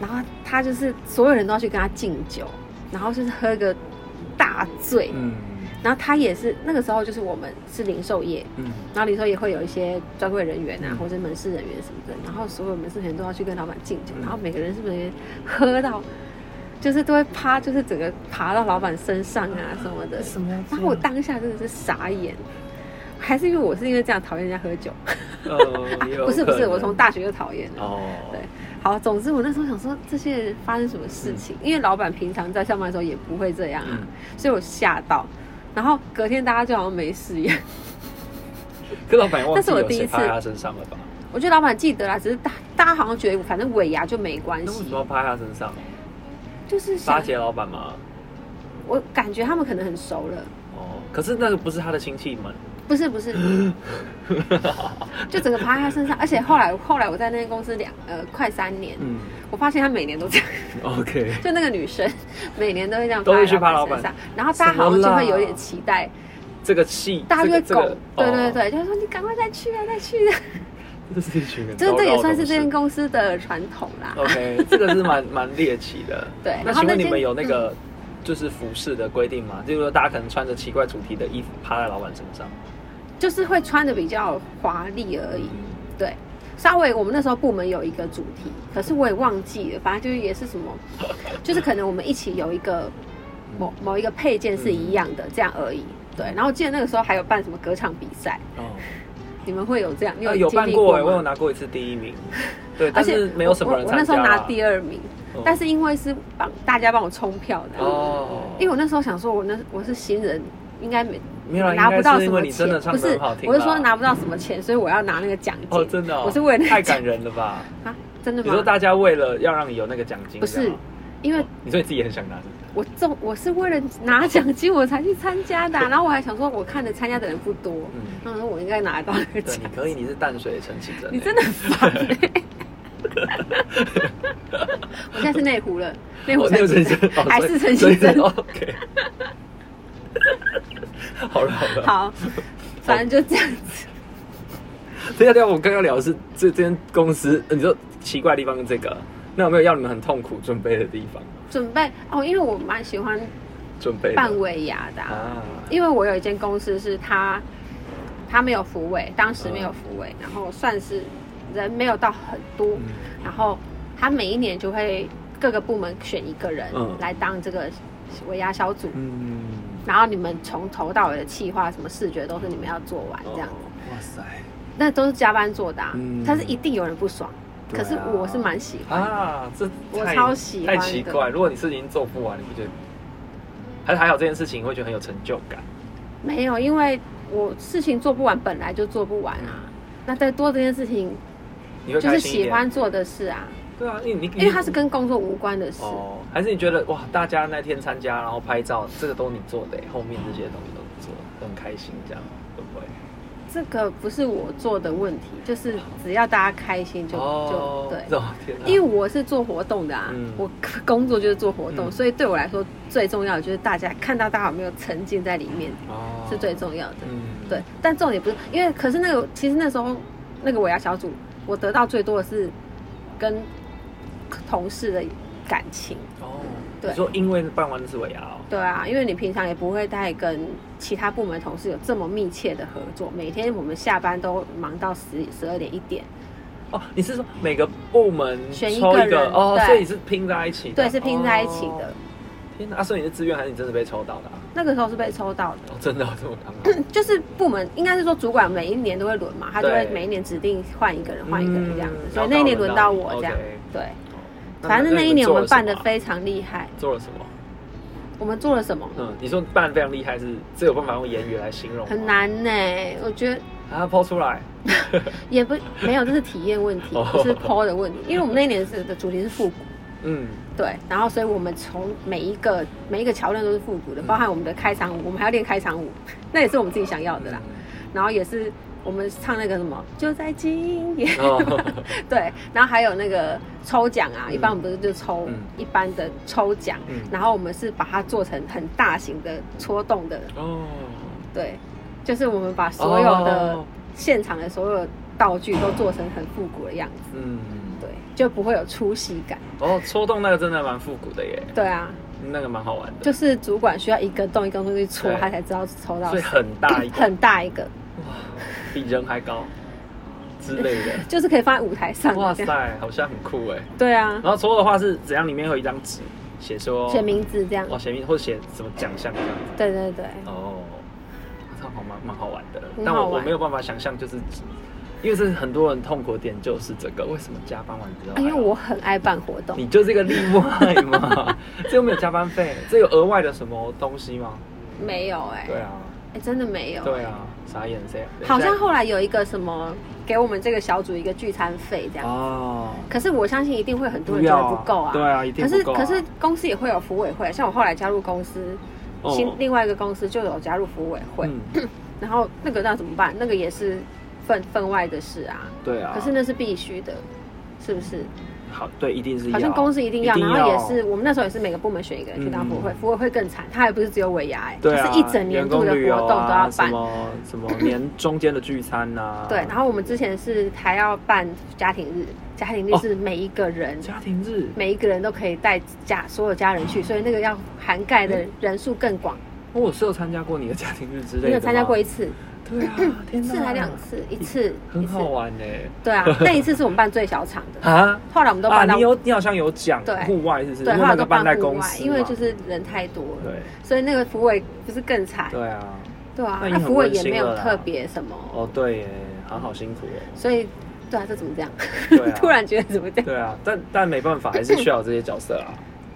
S3: 然后他就是所有人都要去跟他敬酒，然后就是喝个大醉，
S1: 嗯
S3: 然后他也是那个时候就是我们是零售业，
S1: 嗯
S3: 然后零售也会有一些专柜人员啊
S1: 嗯，
S3: 或者门市人员什么的，然后所有门市人员都要去跟老板敬酒，
S1: 嗯
S3: 然后每个人是不是喝到，就是都会趴，就是整个爬到老板身上啊什么的。
S1: 嗯么
S3: 然后我当下真的是傻眼，还是因为我是因为这样讨厌人家喝酒， 啊
S1: 呃，也有
S3: 不是不
S1: 可
S3: 是，
S1: 能
S3: 我从大学就讨厌了。
S1: 哦，
S3: 对好，总之我那时候想说这些人发生什么事情，因为老板平常在上班的时候也不会这样啊，
S1: 嗯，
S3: 所以我吓到。然后隔天大家就好像没事一样，
S1: 可老板忘
S3: 但
S1: 记
S3: 是我
S1: 有
S3: 第
S1: 谁
S3: 一
S1: 趴
S3: 次
S1: 在他身上了吧？
S3: 我觉得老板记得啦，只是大大家好像觉得反正尾牙就没关
S1: 那为什
S3: 系
S1: 么，要趴在他身上？
S3: 就是
S1: 巴
S3: 想
S1: 结老板吗？
S3: 我感觉他们可能很熟了，
S1: 哦，可是那个不是他的亲戚们。
S3: 不是不是，就整个趴在 他身上。而且后来后来我在那间公司两呃快三年，
S1: 嗯
S3: 我发现他每年都这样，
S1: ，OK，
S3: 就那个女生 每年都会这样
S1: 都会去趴
S3: 趴在
S1: 老
S3: 老
S1: 板
S3: 板身上，然后大家好像就会有点期待，
S1: 这个戏，
S3: 大家就会
S1: 这个
S3: 拱，对
S1: 这
S3: 对，
S1: 个哦
S3: 对，就是说你赶快再去啊再去 啊，
S1: 这是一群人
S3: 就
S1: 糟糕
S3: 是
S1: 的同事，
S3: 这也算是这间公司的传统啦。
S1: OK，这 个是蛮蛮猎奇的。
S3: 对
S1: 那
S3: 然后
S1: 请问
S3: 那
S1: 你
S3: 间嗯
S1: 们有那个就是服饰的规定吗？就是说大家可能穿着奇怪主题的衣服趴在老板身上。
S3: 就是会穿的比较华丽而已。对，稍微我们那时候部门有一个主题，可是我也忘记了，反正就是也是 什么，就是可能我们一起有一个某某一个配件是一样
S1: 嗯
S3: 的，这样而已。对，然后我记得那个时候还有办什么歌唱比赛，
S1: 哦，
S3: 你们会有这样？你
S1: 那
S3: 有
S1: 有
S3: 经
S1: 办
S3: 历
S1: 过
S3: 过
S1: 哎，我有
S3: 吗？
S1: 拿过一次第一名， 对，
S3: 而
S1: 但
S3: 且
S1: 是没有什么人
S3: 我我我那
S1: 参
S3: 时候
S1: 加啊
S3: 拿
S1: 啦。
S3: 第二名，
S1: 嗯
S3: 但是因为是帮大家帮我冲票的，
S1: 哦，
S3: 因为我那时候想说，我那我是新人，应该没
S1: 没有啦啊
S3: 拿
S1: 应该
S3: 不到
S1: 是
S3: 什
S1: 因为
S3: 么
S1: 你真
S3: 钱
S1: 的，唱
S3: 不
S1: 得
S3: 是
S1: 很好，听
S3: 我是说
S1: 啦
S3: 拿不到什么钱，所以我要拿那个奖
S1: 哦，
S3: 金。
S1: 真的哦，
S3: 我 是为了那个
S1: 太
S3: 奖
S1: 感人了 吧？
S3: 啊，真的
S1: 你说
S3: 吗？
S1: 大家为了要让你有那个奖金，
S3: 不是
S1: 这样吗
S3: 因为
S1: 你说你自己也很想拿，是不是
S3: 我中我是为了拿奖金我才去参加的啊、然后我还想说，我看的参加的人不多，
S1: 嗯，
S3: 那我说我应该拿得到那
S1: 对，
S3: 个奖
S1: 你。可以，你是淡水陈绮贞欸，
S3: 你真的很烦、 欸，我现在是内湖了，内湖
S1: 哦
S3: 陈绮贞
S1: 陈哦
S3: 还
S1: 所以
S3: 是陈
S1: 所以
S3: 绮贞。
S1: 哦 OK，好了好了，
S3: 好，反正就这样
S1: 哦
S3: 子。
S1: 等一下等一下，我们刚刚聊的是这这间公司，呃你说奇怪的地方是这个，那有没有要你们很痛苦准备的地方？
S3: 准备哦，因为我蛮喜欢
S1: 准备的
S3: 办尾牙的啊、
S1: 啊，
S3: 因为我有一间公司是他，他没有扶委，当时没
S1: 嗯
S3: 有扶委，然后算是人没有到很多，
S1: 嗯
S3: 然后他每一年就会各个部门选一个人
S1: 嗯
S3: 来当这个尾牙小组，
S1: 嗯，
S3: 然后你们从头到尾的企划什么视觉都是你们要做完这样，
S1: 哦，哇塞，
S3: 那都是加班做的、啊
S1: 嗯，
S3: 但是一定有人不爽，
S1: 对啊
S3: 可是我是蛮喜欢的，
S1: 啊，这
S3: 我
S1: 太
S3: 超喜欢
S1: 太
S3: 的
S1: 奇怪。如果你事情做不完，你不觉得？还还好这件事情，你会觉得很有成就感。
S3: 没有，因为我事情做不完本来就做不完啊，那再多这件事情
S1: 你会
S3: 就
S1: 开
S3: 是
S1: 心一
S3: 喜
S1: 点
S3: 欢做的事啊。
S1: 对啊，因为你
S3: 因为它是跟工作无关的事。
S1: 哦，还是你觉得哇，大家那天参加然后拍照，这个都你做的欸，后面这些东西都你做的，很开心这样，会不会？
S3: 这个不是我做的问题，就是只要大家开心就、就对。
S1: 哦天哪，
S3: 因为我是做活动的啊，
S1: 嗯
S3: 我工作就是做活动，
S1: 嗯
S3: 所以对我来说最重要的就是大家看到大家有没有沉浸在里面、
S1: 哦
S3: 是最重要的。
S1: 嗯
S3: 对，但重点不是因为，可是那个其实那时候那个尾牙小组，我得到最多的是跟同事的感情。
S1: 哦，
S3: 对
S1: 你说因为办完这次尾牙哦，
S3: 对啊，因为你平常也不会太跟其他部门同事有这么密切的合作，每天我们下班都忙到十十二点一点，
S1: 哦，你是说每个部门
S3: 选一
S1: 抽
S3: 个
S1: 一个
S3: 人
S1: 哦，
S3: 对
S1: 所以你是拼在一起的，
S3: 对，是拼在一起的。
S1: 哦。天哪，啊所以你是自愿还是你真的被抽到的啊？
S3: 那个时候是被抽到的，
S1: 哦，真的哦这么刚好
S3: 就是部门应该是说主管每一年都会轮嘛，他就会
S1: 对
S3: 每一年指定换一个人，换一个人这样子，
S1: 嗯
S3: 所以那一年轮到我
S1: 然后
S3: 这样。
S1: OK
S3: 对，
S1: 哦
S3: 反正那一年我们办的
S1: 那你
S3: 非常厉害。
S1: 做了什么啊
S3: 我们做了什么？
S1: 做了什么？嗯，你说办得非常厉害是，这有办法用言语来形容吗？
S3: 很难呢、我觉得
S1: 啊，抛出来，
S3: 也不没有，这是体验问题，
S1: 哦
S3: 不是 PO 的问题。因为我们那一年是的主题是复古，
S1: 嗯，
S3: 对，然后所以我们从每一个每一个桥段都是复古的，包含我们的开场舞，我们还要练开场舞，那也是我们自己想要的啦。然后也是我们唱那个什么就在今夜，
S1: 哦
S3: 对，然后还有那个抽奖啊，一般我们不是就抽
S1: 嗯
S3: 一般的抽奖，
S1: 嗯
S3: 然后我们是把它做成很大型的戳动的，
S1: 哦，
S3: 对，就是我们把所有的
S1: 哦
S3: 现场的所有道具都做成很复古的样子，
S1: 嗯，
S3: 对，就不会有出戏感。
S1: 哦，戳洞那个真的蛮复古的耶，
S3: 对啊，
S1: 那个蛮好玩的，
S3: 就是主管需要一个洞一个洞去戳，
S1: 对
S3: 他才知道抽到
S1: 所以很大一个，
S3: 很大一个，
S1: 比人还高之类的。
S3: 就是可以放在舞台 上。
S1: 哇！塞，好像很酷哎。
S3: 对啊
S1: 然，后抽的话是怎样？里面会有一张纸，写说
S3: 写，名字这样。
S1: 哦，写名或写什么奖项这样子。
S3: 对对对，
S1: 哦，这样好蛮蛮好玩的，
S3: 很
S1: 但
S3: 好
S1: 我
S3: 玩
S1: 我没有办法想象，就是因为这是很多人痛苦的点就是这个，为什么加班完之后
S3: 啊
S1: 还
S3: 因
S1: 要？
S3: 为我很爱办活动，
S1: 你就是一个例外 嘛，这又没有加班费，这有额外的什么东西吗？
S3: 没有哎、
S1: 对啊，
S3: 哎真的没有。
S1: 对啊，傻眼谁？
S3: 好像后来有一个什么给我们这个小组一个聚餐费这样，
S1: 哦，
S3: 可是我相信一定会很
S1: 不
S3: 多人觉
S1: 要
S3: 得不够啊。
S1: 对啊，一定
S3: 可是
S1: 不够啊
S3: 可是公司也会有服委会，像我后来加入公司，
S1: 哦
S3: 新另外一个公司就有加入服委会，
S1: 嗯，
S3: 然后那个那怎么办？那个也是分分外的事啊，
S1: 对啊，
S3: 可是那是必须的，是不是？
S1: 好对，一定是
S3: 好像公司一定要，然后也是我们那时候也是每个部门选一个人去当服委会，
S1: 嗯
S3: 服委会更惨，它还不是只有尾牙、欸，
S1: 对啊，
S3: 它是一整年度的活动都要
S1: 员工
S3: 办
S1: 旅。游啊什么什么年中间的聚餐啊呐，
S3: 对，然后我们之前是还要办家庭日，家
S1: 哦
S3: 庭日是每一个人、
S1: 家庭日，
S3: 每一个人都可以带家所有家人去，所以那个要涵盖的人数更广。
S1: 哦我是有参加过你的家庭日之类的，
S3: 你有参加过？一次，
S1: 对啊，
S3: 一
S1: 天哪
S3: 次还两，次，一次
S1: 很
S3: 一次
S1: 好，玩呢。
S3: 对啊，那一次是我们办最小场的，
S1: 啊
S3: 后来我们都
S1: 啊，
S3: 办到
S1: 你有你好像有讲
S3: 对
S1: 户外是不是？
S3: 对，
S1: 因
S3: 后
S1: 为
S3: 来
S1: 那
S3: 都
S1: 个办在
S3: 户
S1: 公
S3: 外，
S1: 司嘛，
S3: 因为就是人太多了，
S1: 对
S3: 所以那个服委不是更惨？
S1: 对啊，
S3: 对啊，
S1: 那已
S3: 那
S1: 经很
S3: 服委也
S1: 温馨
S3: 没有
S1: 了啦
S3: 特别什么，
S1: 哦对耶，好好辛苦哦。
S3: 所以对啊，这怎么这样
S1: 对？啊
S3: 突然觉得怎么这样？
S1: 对啊，但但没办法，还是需要有这些角色啊，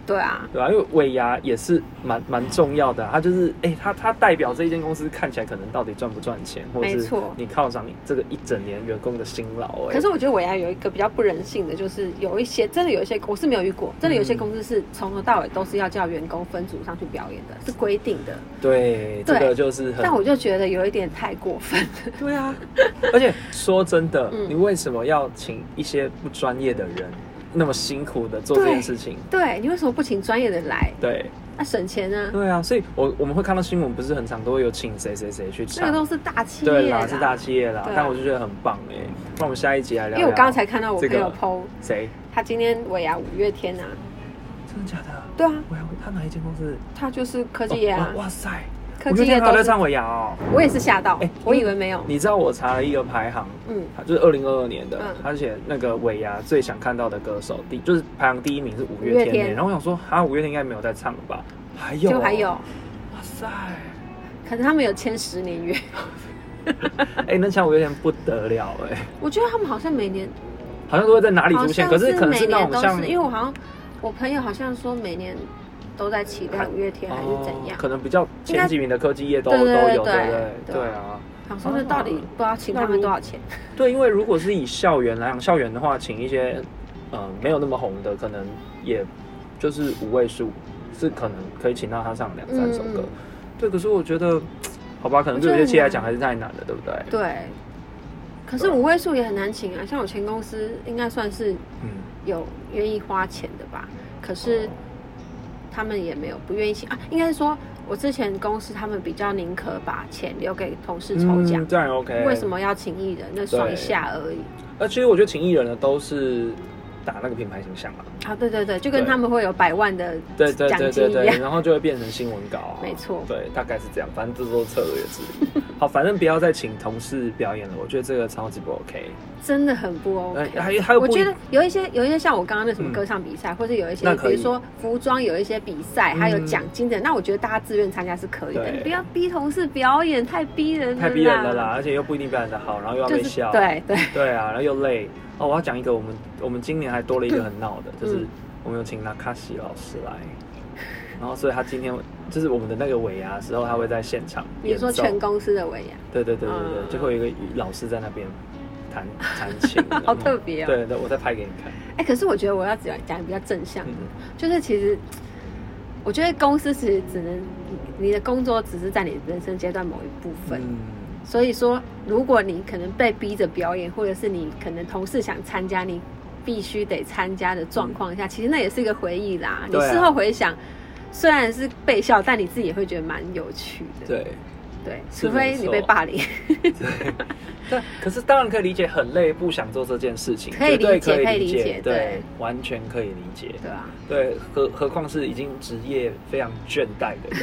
S3: 对啊，
S1: 对啊，因为尾牙也是蛮蛮重要的、啊，它就是哎、它它代表这一间公司看起来可能到底赚不赚钱，或
S3: 没
S1: 者是
S3: 错
S1: 你犒赏你这个一整年员工的辛劳、哎，
S3: 可是我觉得尾牙有一个比较不人性的，就是有一些真的有一些我是没有遇过，真的有一些公司是从头到尾都是要叫员工分组上去表演的，是规定 的。
S1: 对这个就是很
S3: 但我就觉得有一点太过分了。
S1: 对啊，而且说真的，
S3: 嗯
S1: 你为什么要请一些不专业的人那么辛苦的做这件事情？
S3: 对你为什么不请专业的来？
S1: 对
S3: 那、省钱呢？
S1: 对啊，所以我我们会看到新闻，不是很常都会有请谁谁谁去
S3: 那个都
S1: 唱，
S3: 是大企业
S1: 对啦，是大企业啦
S3: 对啊，
S1: 但我就觉得很棒哎。那我们下一集来聊
S3: 因
S1: 聊，
S3: 为我刚才看到我
S1: 这
S3: 朋
S1: 个
S3: 友 PO，、
S1: 谁？
S3: 他今天尾牙五月天啊，
S1: 真的假的？
S3: 对啊，
S1: 我要他哪一间公司？
S3: 他就是科
S1: 科
S3: 技业啊，
S1: 哇塞！我
S3: 科技
S1: 今
S3: 业
S1: 天还
S3: 都
S1: 有在
S3: 是。
S1: 唱尾牙哦。
S3: 我也是吓到，
S1: 哎
S3: 我以为没有。
S1: 你知道我查了一个排行，
S3: 嗯，
S1: 它就是二零二二年的
S3: 嗯，
S1: 他写那个尾牙最想看到的歌手，第就是排行第一名是五
S3: 五月
S1: 月
S3: 天
S1: 天，然后我想说，啊哈，五月天应该没有在唱了吧？还有，哦
S3: 就还有，，
S1: 哇塞，
S3: 可能他们有签十年约。
S1: 哎，那像五月天不得了哎，
S3: 我觉得他们好像每年
S1: 好像都会在哪里出现，
S3: 好
S1: 可
S3: 像
S1: 是可能
S3: 每
S1: 是那
S3: 年
S1: 种
S3: 都
S1: 像
S3: 是，因为我好像我朋友好像说每年都在期待五月天还是怎
S1: 哦
S3: 样，
S1: 可能比较前几名的科技业都
S3: 应
S1: 都
S3: 该对对
S1: 有，
S3: 对
S1: 对
S3: 对
S1: 不对？
S3: 对
S1: 对啊，
S3: 想说那到底不知道请他们多少钱。
S1: 对，因为如果是以校园来讲，校园的话，请一些呃没有那么红的，可能也就是五位数，是可能可以请到他上两三首歌。
S3: 嗯
S1: 对，可是我觉得，好吧，可能对有些企业来讲还是太难了，对不对？
S3: 对，可是五位数也很难请啊，像我前公司应该算是
S1: 嗯，
S3: 有愿意花钱的吧，可是
S1: 哦
S3: 他们也没有不愿意请啊，应该是说我之前公司他们比较宁可把钱留给同事抽奖
S1: 嗯，，这样也 OK。
S3: 为什？么要请艺人？那爽一下而已。
S1: 呃，其实我觉得请艺人的都是打那个品牌形象啊，
S3: 啊，对对对，就跟
S1: 对
S3: 他们会有百万的
S1: 对对
S3: 奖
S1: 对
S3: 金
S1: 对
S3: 一
S1: 对，
S3: 样。
S1: 然后就会变成新闻稿啊，
S3: 没错
S1: 对，大概是这样，反正这都是策略之 一。好，反正不要再请同事表演了，我觉得这个超级不 OK。哎
S3: 真的很不 OK。
S1: 那还有还有
S3: 我
S1: 不一
S3: 觉得有一些有一些像我刚刚那什么歌唱比赛，或者有一些
S1: 那可以
S3: 比如说服装有一些比赛，
S1: 嗯
S3: 还有奖金的，那我觉得大家自愿参加是可以的。
S1: 对
S3: 你不要逼同事表演，太逼人了，
S1: 太逼人了啦，，而且又不一定表演的好，然后又要
S3: 嗯就
S1: 被
S3: 是
S1: 笑，
S3: 对对，
S1: 对啊，然后又累。哦，我要讲一个，我们我们今年还多了一个很闹的，
S3: 嗯
S1: 就是我们有请纳卡西老师来，然后所以他今天就是我们的那个尾牙的时候，他会在现场
S3: 比
S1: 演
S3: 如
S1: 奏
S3: 说。全公司的尾牙，
S1: 对对对对
S3: 嗯，
S1: 对，就会有一个老师在那边弹弹琴
S3: 好特别哦
S1: 然后对对，我再拍给你看。
S3: 哎，可是我觉得我要讲讲比较正向的
S1: 嗯，
S3: 就是其实我觉得公司其实只能你的工作只是在你人生阶段某一部分，
S1: 嗯，
S3: 所以说，如果你可能被逼着表演，或者是你可能同事想参加，你必须得参加的状况下，其实那也是一个回忆啦。你
S1: 对啊
S3: 事后回想，虽然是被笑，但你自己也会觉得蛮有趣的。
S1: 对
S3: 对，
S1: 是
S3: 除非
S1: 没
S3: 你
S1: 错
S3: 被霸凌，
S1: 对对。 可是当然可以理解，很累，不想做这件事情，
S3: 可
S1: 绝
S3: 以
S1: 对
S3: 理解
S1: 可
S3: 可以
S1: 以
S3: 理解
S1: 解，
S3: 对
S1: 对，完全可以理解。
S3: 对吧、
S1: 对，何何况是已经职业非常倦怠的 人，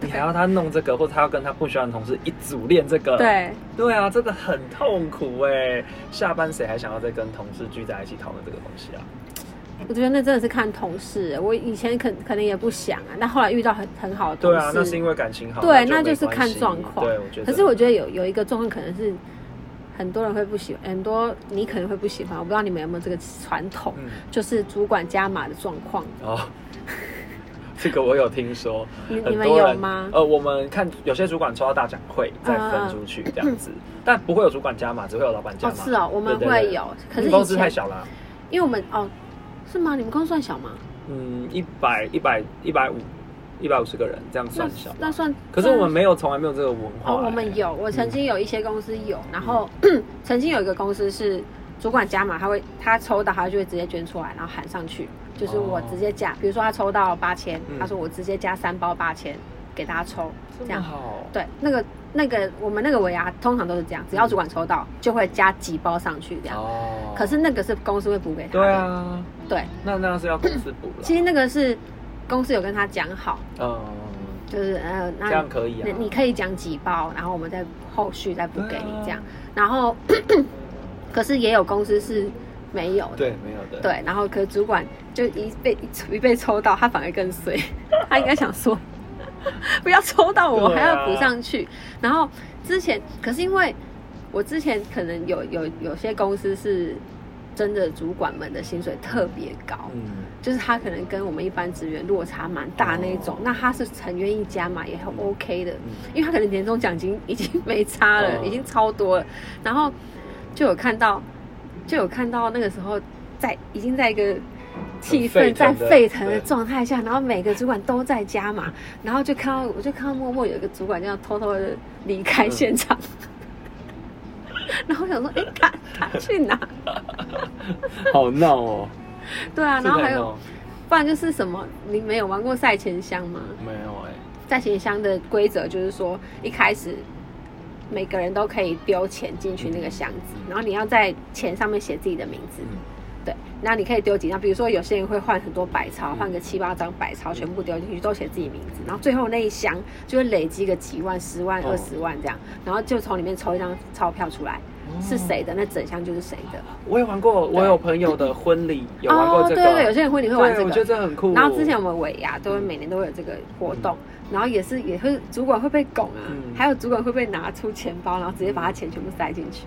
S1: 你还要他弄这个，或者他要跟他不喜欢的同事一组练这个，，
S3: 对，
S1: 对啊，这个很痛苦哎。下班谁还想要再跟同事聚在一起讨论这个东西啊？
S3: 我觉得那真的是看同事。我以前可可能也不想啊，但后来遇到很很好的同
S1: 对
S3: 事，
S1: 啊，那是因为感情好，
S3: 对，
S1: 那
S3: 那就
S1: 没
S3: 是
S1: 关
S3: 看
S1: 系
S3: 状况。
S1: 对，我觉得。
S3: 可是我觉得有有一个状况，可能是很多人会不喜欢，很多你可能会不喜欢，我不知道你们有没有这个传统，
S1: 嗯，
S3: 就是主管加码的状况。
S1: 哦， 这个我有听说，
S3: 你
S1: 很
S3: 你们
S1: 多
S3: 有
S1: 人
S3: 吗？哦嗯
S1: 呃，我们看有些主管抽到大奖会再分出去这样子，但不会有主管加码，只会有老板加
S3: 哦，
S1: 码。
S3: 是哦，我们
S1: 对对对
S3: 会有，可
S1: 你
S3: 是
S1: 公
S3: 以
S1: 司太
S3: 前
S1: 小了啊。
S3: 因为我们哦，是吗？你们公司算小吗？
S1: 嗯，一百一百一百五一百五十个人，这样
S3: 那
S1: 算小吗。
S3: 那算，
S1: 可是我们没哎嗯有，从来没有这个文化、欸
S3: 哦，我们有，我曾经有一些公司有，
S1: 嗯
S3: 然后 曾经有一个公司是主管加码，他会他抽到他就会直接捐出来，然后喊上去，就是我
S1: 哦
S3: 直接加，比如说他抽到八千、
S1: 嗯
S3: 他说我直接加三包八千给大家抽，
S1: 这么
S3: 这样
S1: 好，
S3: 对，那个那个我们那个尾牙通常都是这样，只要主管抽到就会加几包上去这样，
S1: 哦
S3: 可是那个是公司会补给他的，
S1: 对啊，
S3: 对，
S1: 那那是要公司补了
S3: 其，实那个是公司有跟他讲好，
S1: 嗯，
S3: 就是呃那
S1: 这样可以啊
S3: 那，你可以讲几包，然后我们再后续再补
S1: 对啊
S3: 给你这样。然后， 可是也有公司是没有的，
S1: 对没有的，
S3: 对。然后，可是主管就一被一被抽到，他反而更衰。 他应该想说， 不要抽到我，
S1: 对
S3: 还
S1: 啊
S3: 要补上去。然后之前，可是因为我之前可能有有有些公司是真的主管们的薪水特别高，
S1: 嗯，
S3: 就是他可能跟我们一般职员落差蛮大那一种，
S1: 哦
S3: 那他是很愿意加嘛，也很 OK 的，
S1: 嗯
S3: 因为他可能年终奖金已经没差了，
S1: 哦
S3: 已经超多了，然后就有看到，就有看到那个时候在已经在一个。气氛
S1: 沸
S3: 在
S1: 腾的
S3: 沸腾的
S1: 对
S3: 状态下，然后每个主管都在加嘛，然后就看到我就看到默默有一个主管这样偷偷的离开
S1: 嗯
S3: 现场， 然后我想说，哎、他他去哪？
S1: 好闹哦，
S3: 对啊，然后还
S1: 这个很
S3: 有
S1: 闹
S3: 不然就是什么？你们有玩过赛前香吗？
S1: 没有哎，
S3: 赛前香的规则就是说，一开始每个人都可以丢钱进去那个箱子，然后你要在钱上面写自己的名字。
S1: 嗯
S3: 对，那你可以丢几张，比如说有些人会换很多百钞，
S1: 嗯
S3: 换个七八张百钞，全部丢进去都写自己名字，然后最后那一箱就会累积个几万、十万、
S1: 哦嗯
S3: 二十万这样，然后就从里面抽一张钞票出来，是谁的那整箱就是谁的。
S1: 哦我也玩过，我有朋友的婚礼有玩过这个，
S3: 哦、对对，有些人会你会玩这
S1: 对我
S3: 个，
S1: 觉得这很酷。哦
S3: 然后之前我们尾牙都会每年都会有这个活动，然后也是也会主管会被拱啊，
S1: 嗯
S3: 还有主管会被拿出钱包，然后直接把他钱全部塞进去。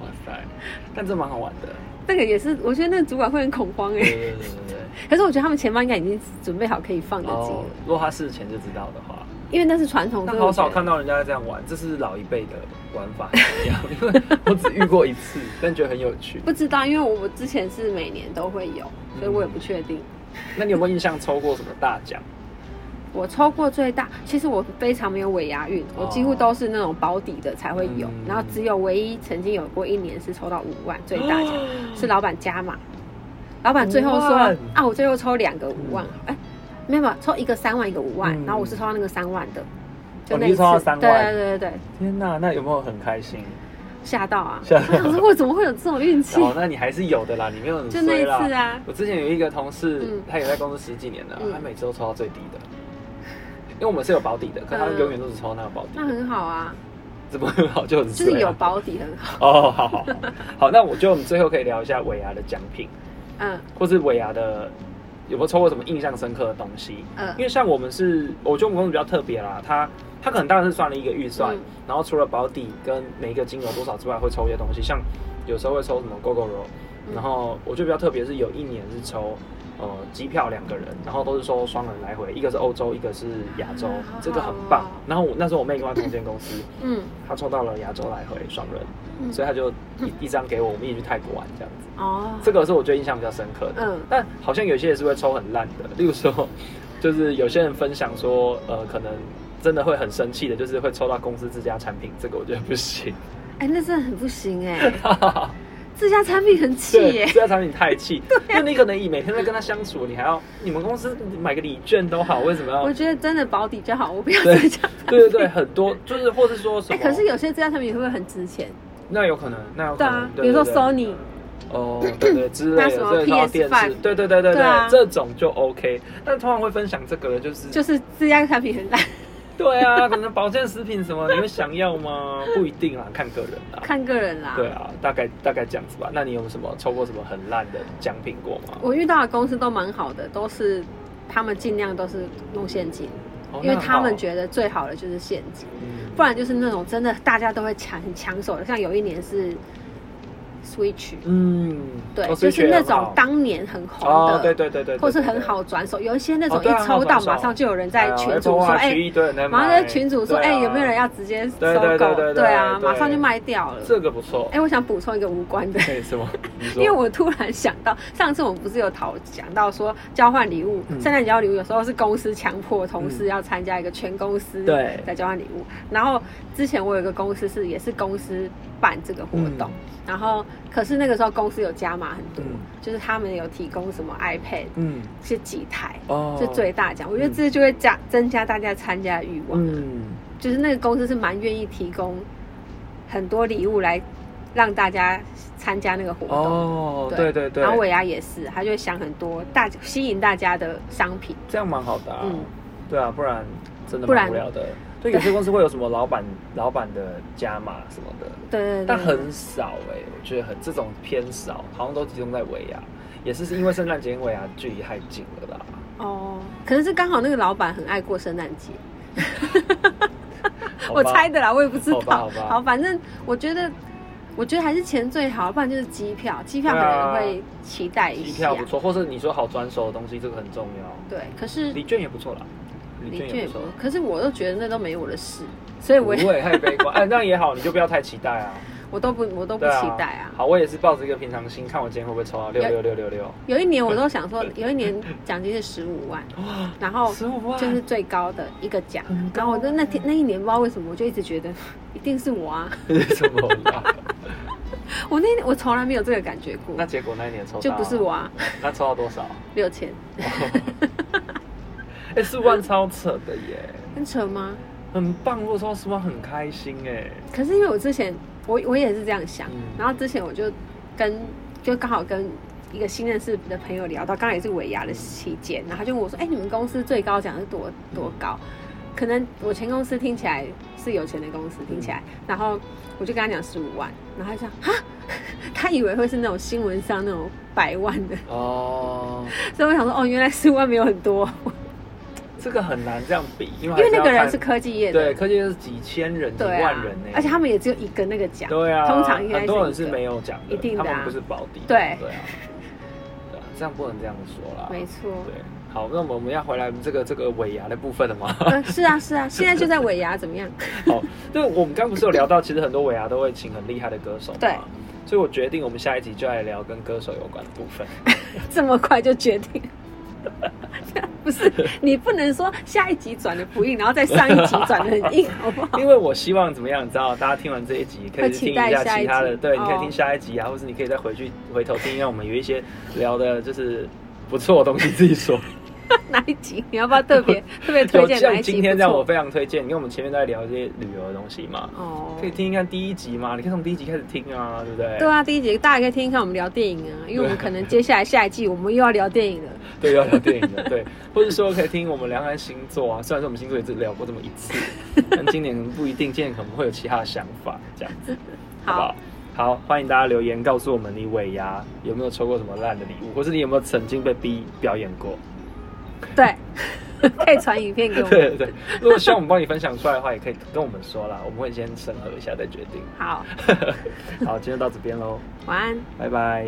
S1: 哇塞，但这蛮好玩的，
S3: 那个也是，我觉得那个主管会很恐慌哎、
S1: 对对对对对，
S3: 可是我觉得他们钱包应该已经准备好可以放得进了，
S1: 哦，如果他事前就知道的话，
S3: 因为那是传统。
S1: 但
S3: 所以
S1: 好
S3: 我觉
S1: 少
S3: 得
S1: 看到人家这样玩，这是老一辈的玩法一样，因为我只遇过一次，但觉得很有 趣。
S3: 不知道，因为我我之前是每年都会有，
S1: 嗯
S3: 所以我也不确定。
S1: 那你有没有印象抽过什么大 奖？
S3: 我抽过最大，其实我非常没有尾牙运，我几乎
S1: 哦
S3: 都是那种保底的才会有，
S1: 嗯
S3: 然后只有唯一曾经有过一年是抽到五万最 大奖，是老板加码，老板最后
S1: 五
S3: 说
S1: 万
S3: 啊，我最后抽两个五万，哎、没有没有抽一个三万一个五万，
S1: 嗯
S3: 然后我是抽到那个三万的，
S1: 哦你是抽到三万
S3: 对对对对，
S1: 天哪，那有没有很开心？
S3: 吓到啊！
S1: 吓
S3: 我想说，我怎么会有这种运气？
S1: 哦，那你还是有的啦，你没有很
S3: 就那一
S1: 衰啦
S3: 次啊
S1: 我之前有一个同事，
S3: 嗯
S1: 他也在公司十几年了，
S3: 嗯
S1: 他每次都抽到最低的，因为我们是有保底的，可他
S3: 嗯
S1: 永远都只抽到那个保底
S3: 那
S1: 的，
S3: 很好啊，
S1: 怎么很好就很
S3: 就
S1: 衰啊
S3: 是有保底很好。
S1: 哦，好好好，好，那我觉得我们最后可以聊一下尾牙的奖品，
S3: 嗯
S1: 或是尾牙的有没有抽过什么印象深刻的东西？因
S3: 嗯
S1: 为像我们是，我觉得我们公司比较特别啦，他他可能当然是算了一个预算，
S3: 嗯
S1: 然后除了保底跟每一个金额多少之外，会抽一些东西，像有时候会抽什么 GoGo Roll，
S3: 嗯
S1: 然后我觉得比较特别是有一年是抽呃机票两个人，然后都是抽双人来回，一个是欧洲，一个是亚洲，
S3: 啊好好
S1: 这个很棒
S3: 哦。
S1: 然后我那时候我妹跟她同间公司，
S3: 嗯
S1: 她抽到了亚洲来回双人，
S3: 嗯
S1: 所以她就一一张给我，我们一起去泰国玩这样子。
S3: 哦，
S1: 这个是我觉得印象比较深刻的。
S3: 嗯
S1: 但好像有些也是会抽很烂的，例如说，就是有些人分享说，呃，可能真的会很生气的，就是会抽到公司自家产品，这个我觉得不 行。
S3: 哎，那真的很不行哎，自家产品很气
S1: 对，
S3: 耶。啊
S1: 自家产品太 气，因为你可能你每天在跟他相处，你还要你们公司买个礼券都好，为什么要
S3: 我？觉得真的保底就好，我不要
S1: 对
S3: 自家。
S1: 对对对，很多就是或是说什
S3: 哎，
S1: 么？
S3: 可是有些自家产品会不会很值钱？
S1: 那有可能，那有可
S3: 对
S1: 能
S3: 啊，比如说 Sony，
S1: 哦，对对之类的，
S3: 那什么
S1: 这套电
S3: PS5
S1: 视，对对对对
S3: 对啊
S1: 对，这种就 OK。但通常会分享这个的就是
S3: 就是自家产品很烂，
S1: 对啊，可能保健食品什么，你会想要吗？ 不一定啦，看个人啦。
S3: 看个人啦。
S1: 对啊，大概大概这样子吧。那你有什么抽过什么很烂的奖品过吗？
S3: 我遇到的公司都蛮好的，都是他们尽量都是弄现金，
S1: 哦
S3: 因为他们
S1: 得，
S3: 觉得最好的就是现金，
S1: 嗯
S3: 不然就是那种真的大家都会抢很抢手的，像有一年是 Switch，
S1: 嗯，
S3: 对，
S1: 哦所以
S3: 就是那种。
S1: 觉得很好
S3: 当年很红
S1: 哦，对
S3: 的，
S1: 对对对，啊
S3: 或是很好转手，有一些那种
S1: 哦对啊
S3: 一抽到
S1: 好转手
S3: 马上就有人在群主说，哎，
S1: 然
S3: 马上在群主说，哎，有没有人要直接收
S1: 啊对对对
S3: 购？
S1: 对对
S3: 对啊，
S1: 对
S3: 马上就卖掉了。
S1: 这个不错，
S3: 哎，我想补充一个无关的，
S1: 哎，什 么？你说
S3: 因为我突然想到，上次我们不是有讨讲到说交换礼物，
S1: 嗯
S3: 圣诞节交礼物有时候是公司强迫同事要参加一个全公司
S1: 嗯对
S3: 在交换礼物。然后之前我有一个公司是也是公司办这个活动，然后可是那个时候公司有加码很多，
S1: 嗯
S3: 就是他们有提供什么 iPad
S1: 嗯
S3: 是几台。
S1: 哦
S3: 是最大奖，我觉得这就会加增加大家参加的欲望。
S1: 嗯
S3: 就是那个公司是蛮愿意提供很多礼物来让大家参加那个活动。
S1: 哦，对对对，
S3: 然后尾牙也是，他就会想很多大吸引大家的商品。
S1: 这样蛮好的、啊，
S3: 嗯
S1: 对啊，不然真的
S3: 不然
S1: 蛮无聊的。对，有些公司会有什么老板老板的加码什么的，
S3: 对对对。
S1: 但很少哎、我觉得很这种偏少，好像都集中在尾牙，也是因为圣诞节跟尾牙距离太近了 啦。
S3: 哦，可能是刚好那个老板很爱过圣诞节，
S1: 好吧
S3: 我猜的啦，我也不知道。
S1: 好吧好吧
S3: 反正我觉得，我觉得还是钱最好，不然就是机票，机票可
S1: 对啊
S3: 能会期待一
S1: 机
S3: 下。
S1: 票不错，或是你说好转手的东西，这个很重要。
S3: 对，可是
S1: 礼券也不错啦，礼
S3: 李
S1: 券
S3: 俊
S1: 也
S3: 也
S1: 不
S3: 不
S1: 错。，
S3: 可是我都觉得那都没我的事，所以
S1: 不
S3: 我也
S1: 会太悲观，哎，那也好，你就不要太期待啊。
S3: 我都不 我都不
S1: 对
S3: 期待啊。
S1: 好，我也是抱着一个平常心，看我今天会不会抽到六六六六六。
S3: 有一年我 都想说，有一年奖金是十五万，
S1: 哦
S3: 然后
S1: 十五万，
S3: 就是最高的一个奖
S1: 很。高啊
S3: 然后我就那天那一年不知道为什么，我就一直觉得一定是我啊！
S1: 什么啦？
S3: 我那一年我从来没有这个感觉过
S1: 那，结果那一年抽到
S3: 就不是，我啊，
S1: 那抽到多少？
S3: 六千，
S1: 哎、欸，四万超扯的耶，
S3: 很扯吗？
S1: 很棒！如果抽到四万很开心哎。
S3: 可是因为我之前我我也是这样想
S1: 嗯，
S3: 然后之前我就跟就刚好跟。一个新认识的朋友聊到，刚好也是尾牙的期间，
S1: 嗯
S3: 然后他就问我说：“哎、你们公司最高奖是多多高？”可能我前公司听起来是有钱的公司，听起
S1: 嗯
S3: 来，然后我就跟他讲十五万，然后他就讲啊， 他以为会是那种新闻上那种百万的，
S1: 哦，
S3: 所以我想说，哦，原来十五万没有很多，
S1: 这个很难这样比，因为
S3: 因
S1: 还
S3: 为那个
S1: 要
S3: 人
S1: 看
S3: 是科技业的
S1: 对，，科技是几千人、几
S3: 对啊
S1: 万人呢，，
S3: 而且他们也只有一个那个奖，
S1: 对啊，
S3: 通常应该
S1: 很多人是
S3: 一个
S1: 没有讲的，
S3: 一定的啊
S1: 他们不是保底的，
S3: 对
S1: 对啊，对啊，这样不能这样说啦，
S3: 没错，
S1: 对。好，那我们我们要回来这个这个尾牙的部分了吗？
S3: 呃，是啊是啊，现在就在尾牙，怎么样？
S1: 好，对，我们刚不是有聊到，其实很多尾牙都会请很厉害的歌手嘛，
S3: 对
S1: 所以我决定我们下一集就来聊跟歌手有关的部分。
S3: 这么快就决定？ 不是，你不能说下一集转的不硬，然后再上一集转的很硬，好不好？
S1: 因为我希望怎么样，你知道，大家听完这一集可以
S3: 会
S1: 去
S3: 期
S1: 听一
S3: 待
S1: 下
S3: 下一
S1: 其他的，
S3: 集
S1: 对，你可以
S3: 哦
S1: 听下一集啊，或是你可以再回去回头听，让我们有一些聊的，就是不错的东西自己说。
S3: 哪一集？你要不要特别特别 推
S1: 有
S3: 荐哪一
S1: 像
S3: 集？
S1: 今天这样，我
S3: 不错
S1: 非常推荐。因为我们前面在聊一些旅游的东西嘛，
S3: 哦，
S1: 可以听一看第一集嘛，你可以从第一集开始听啊，对不对？
S3: 对啊，第一集大家可以听一看我们聊电影啊，因为我们可能接下来下一季我们又要聊电影了。
S1: 对，要聊电影的，对，或者说可以听我们聊聊星座啊。虽然说我们星座也只聊过这么一次，但今年不一定，今年可能会有其他的想法，这样子，好不
S3: 好
S1: 好？好，欢迎大家留言告诉我们你尾牙有没有抽过什么烂的礼物，或是你有没有曾经被逼表演过？
S3: 对， 可以传影片给我
S1: 对
S3: 们。
S1: 对对，如果希望我们帮你分享出来的话，也可以跟我们说啦，我们会先审核一下再决定。
S3: 好，
S1: 好，今天到这边喽，
S3: 晚安。
S1: 拜拜。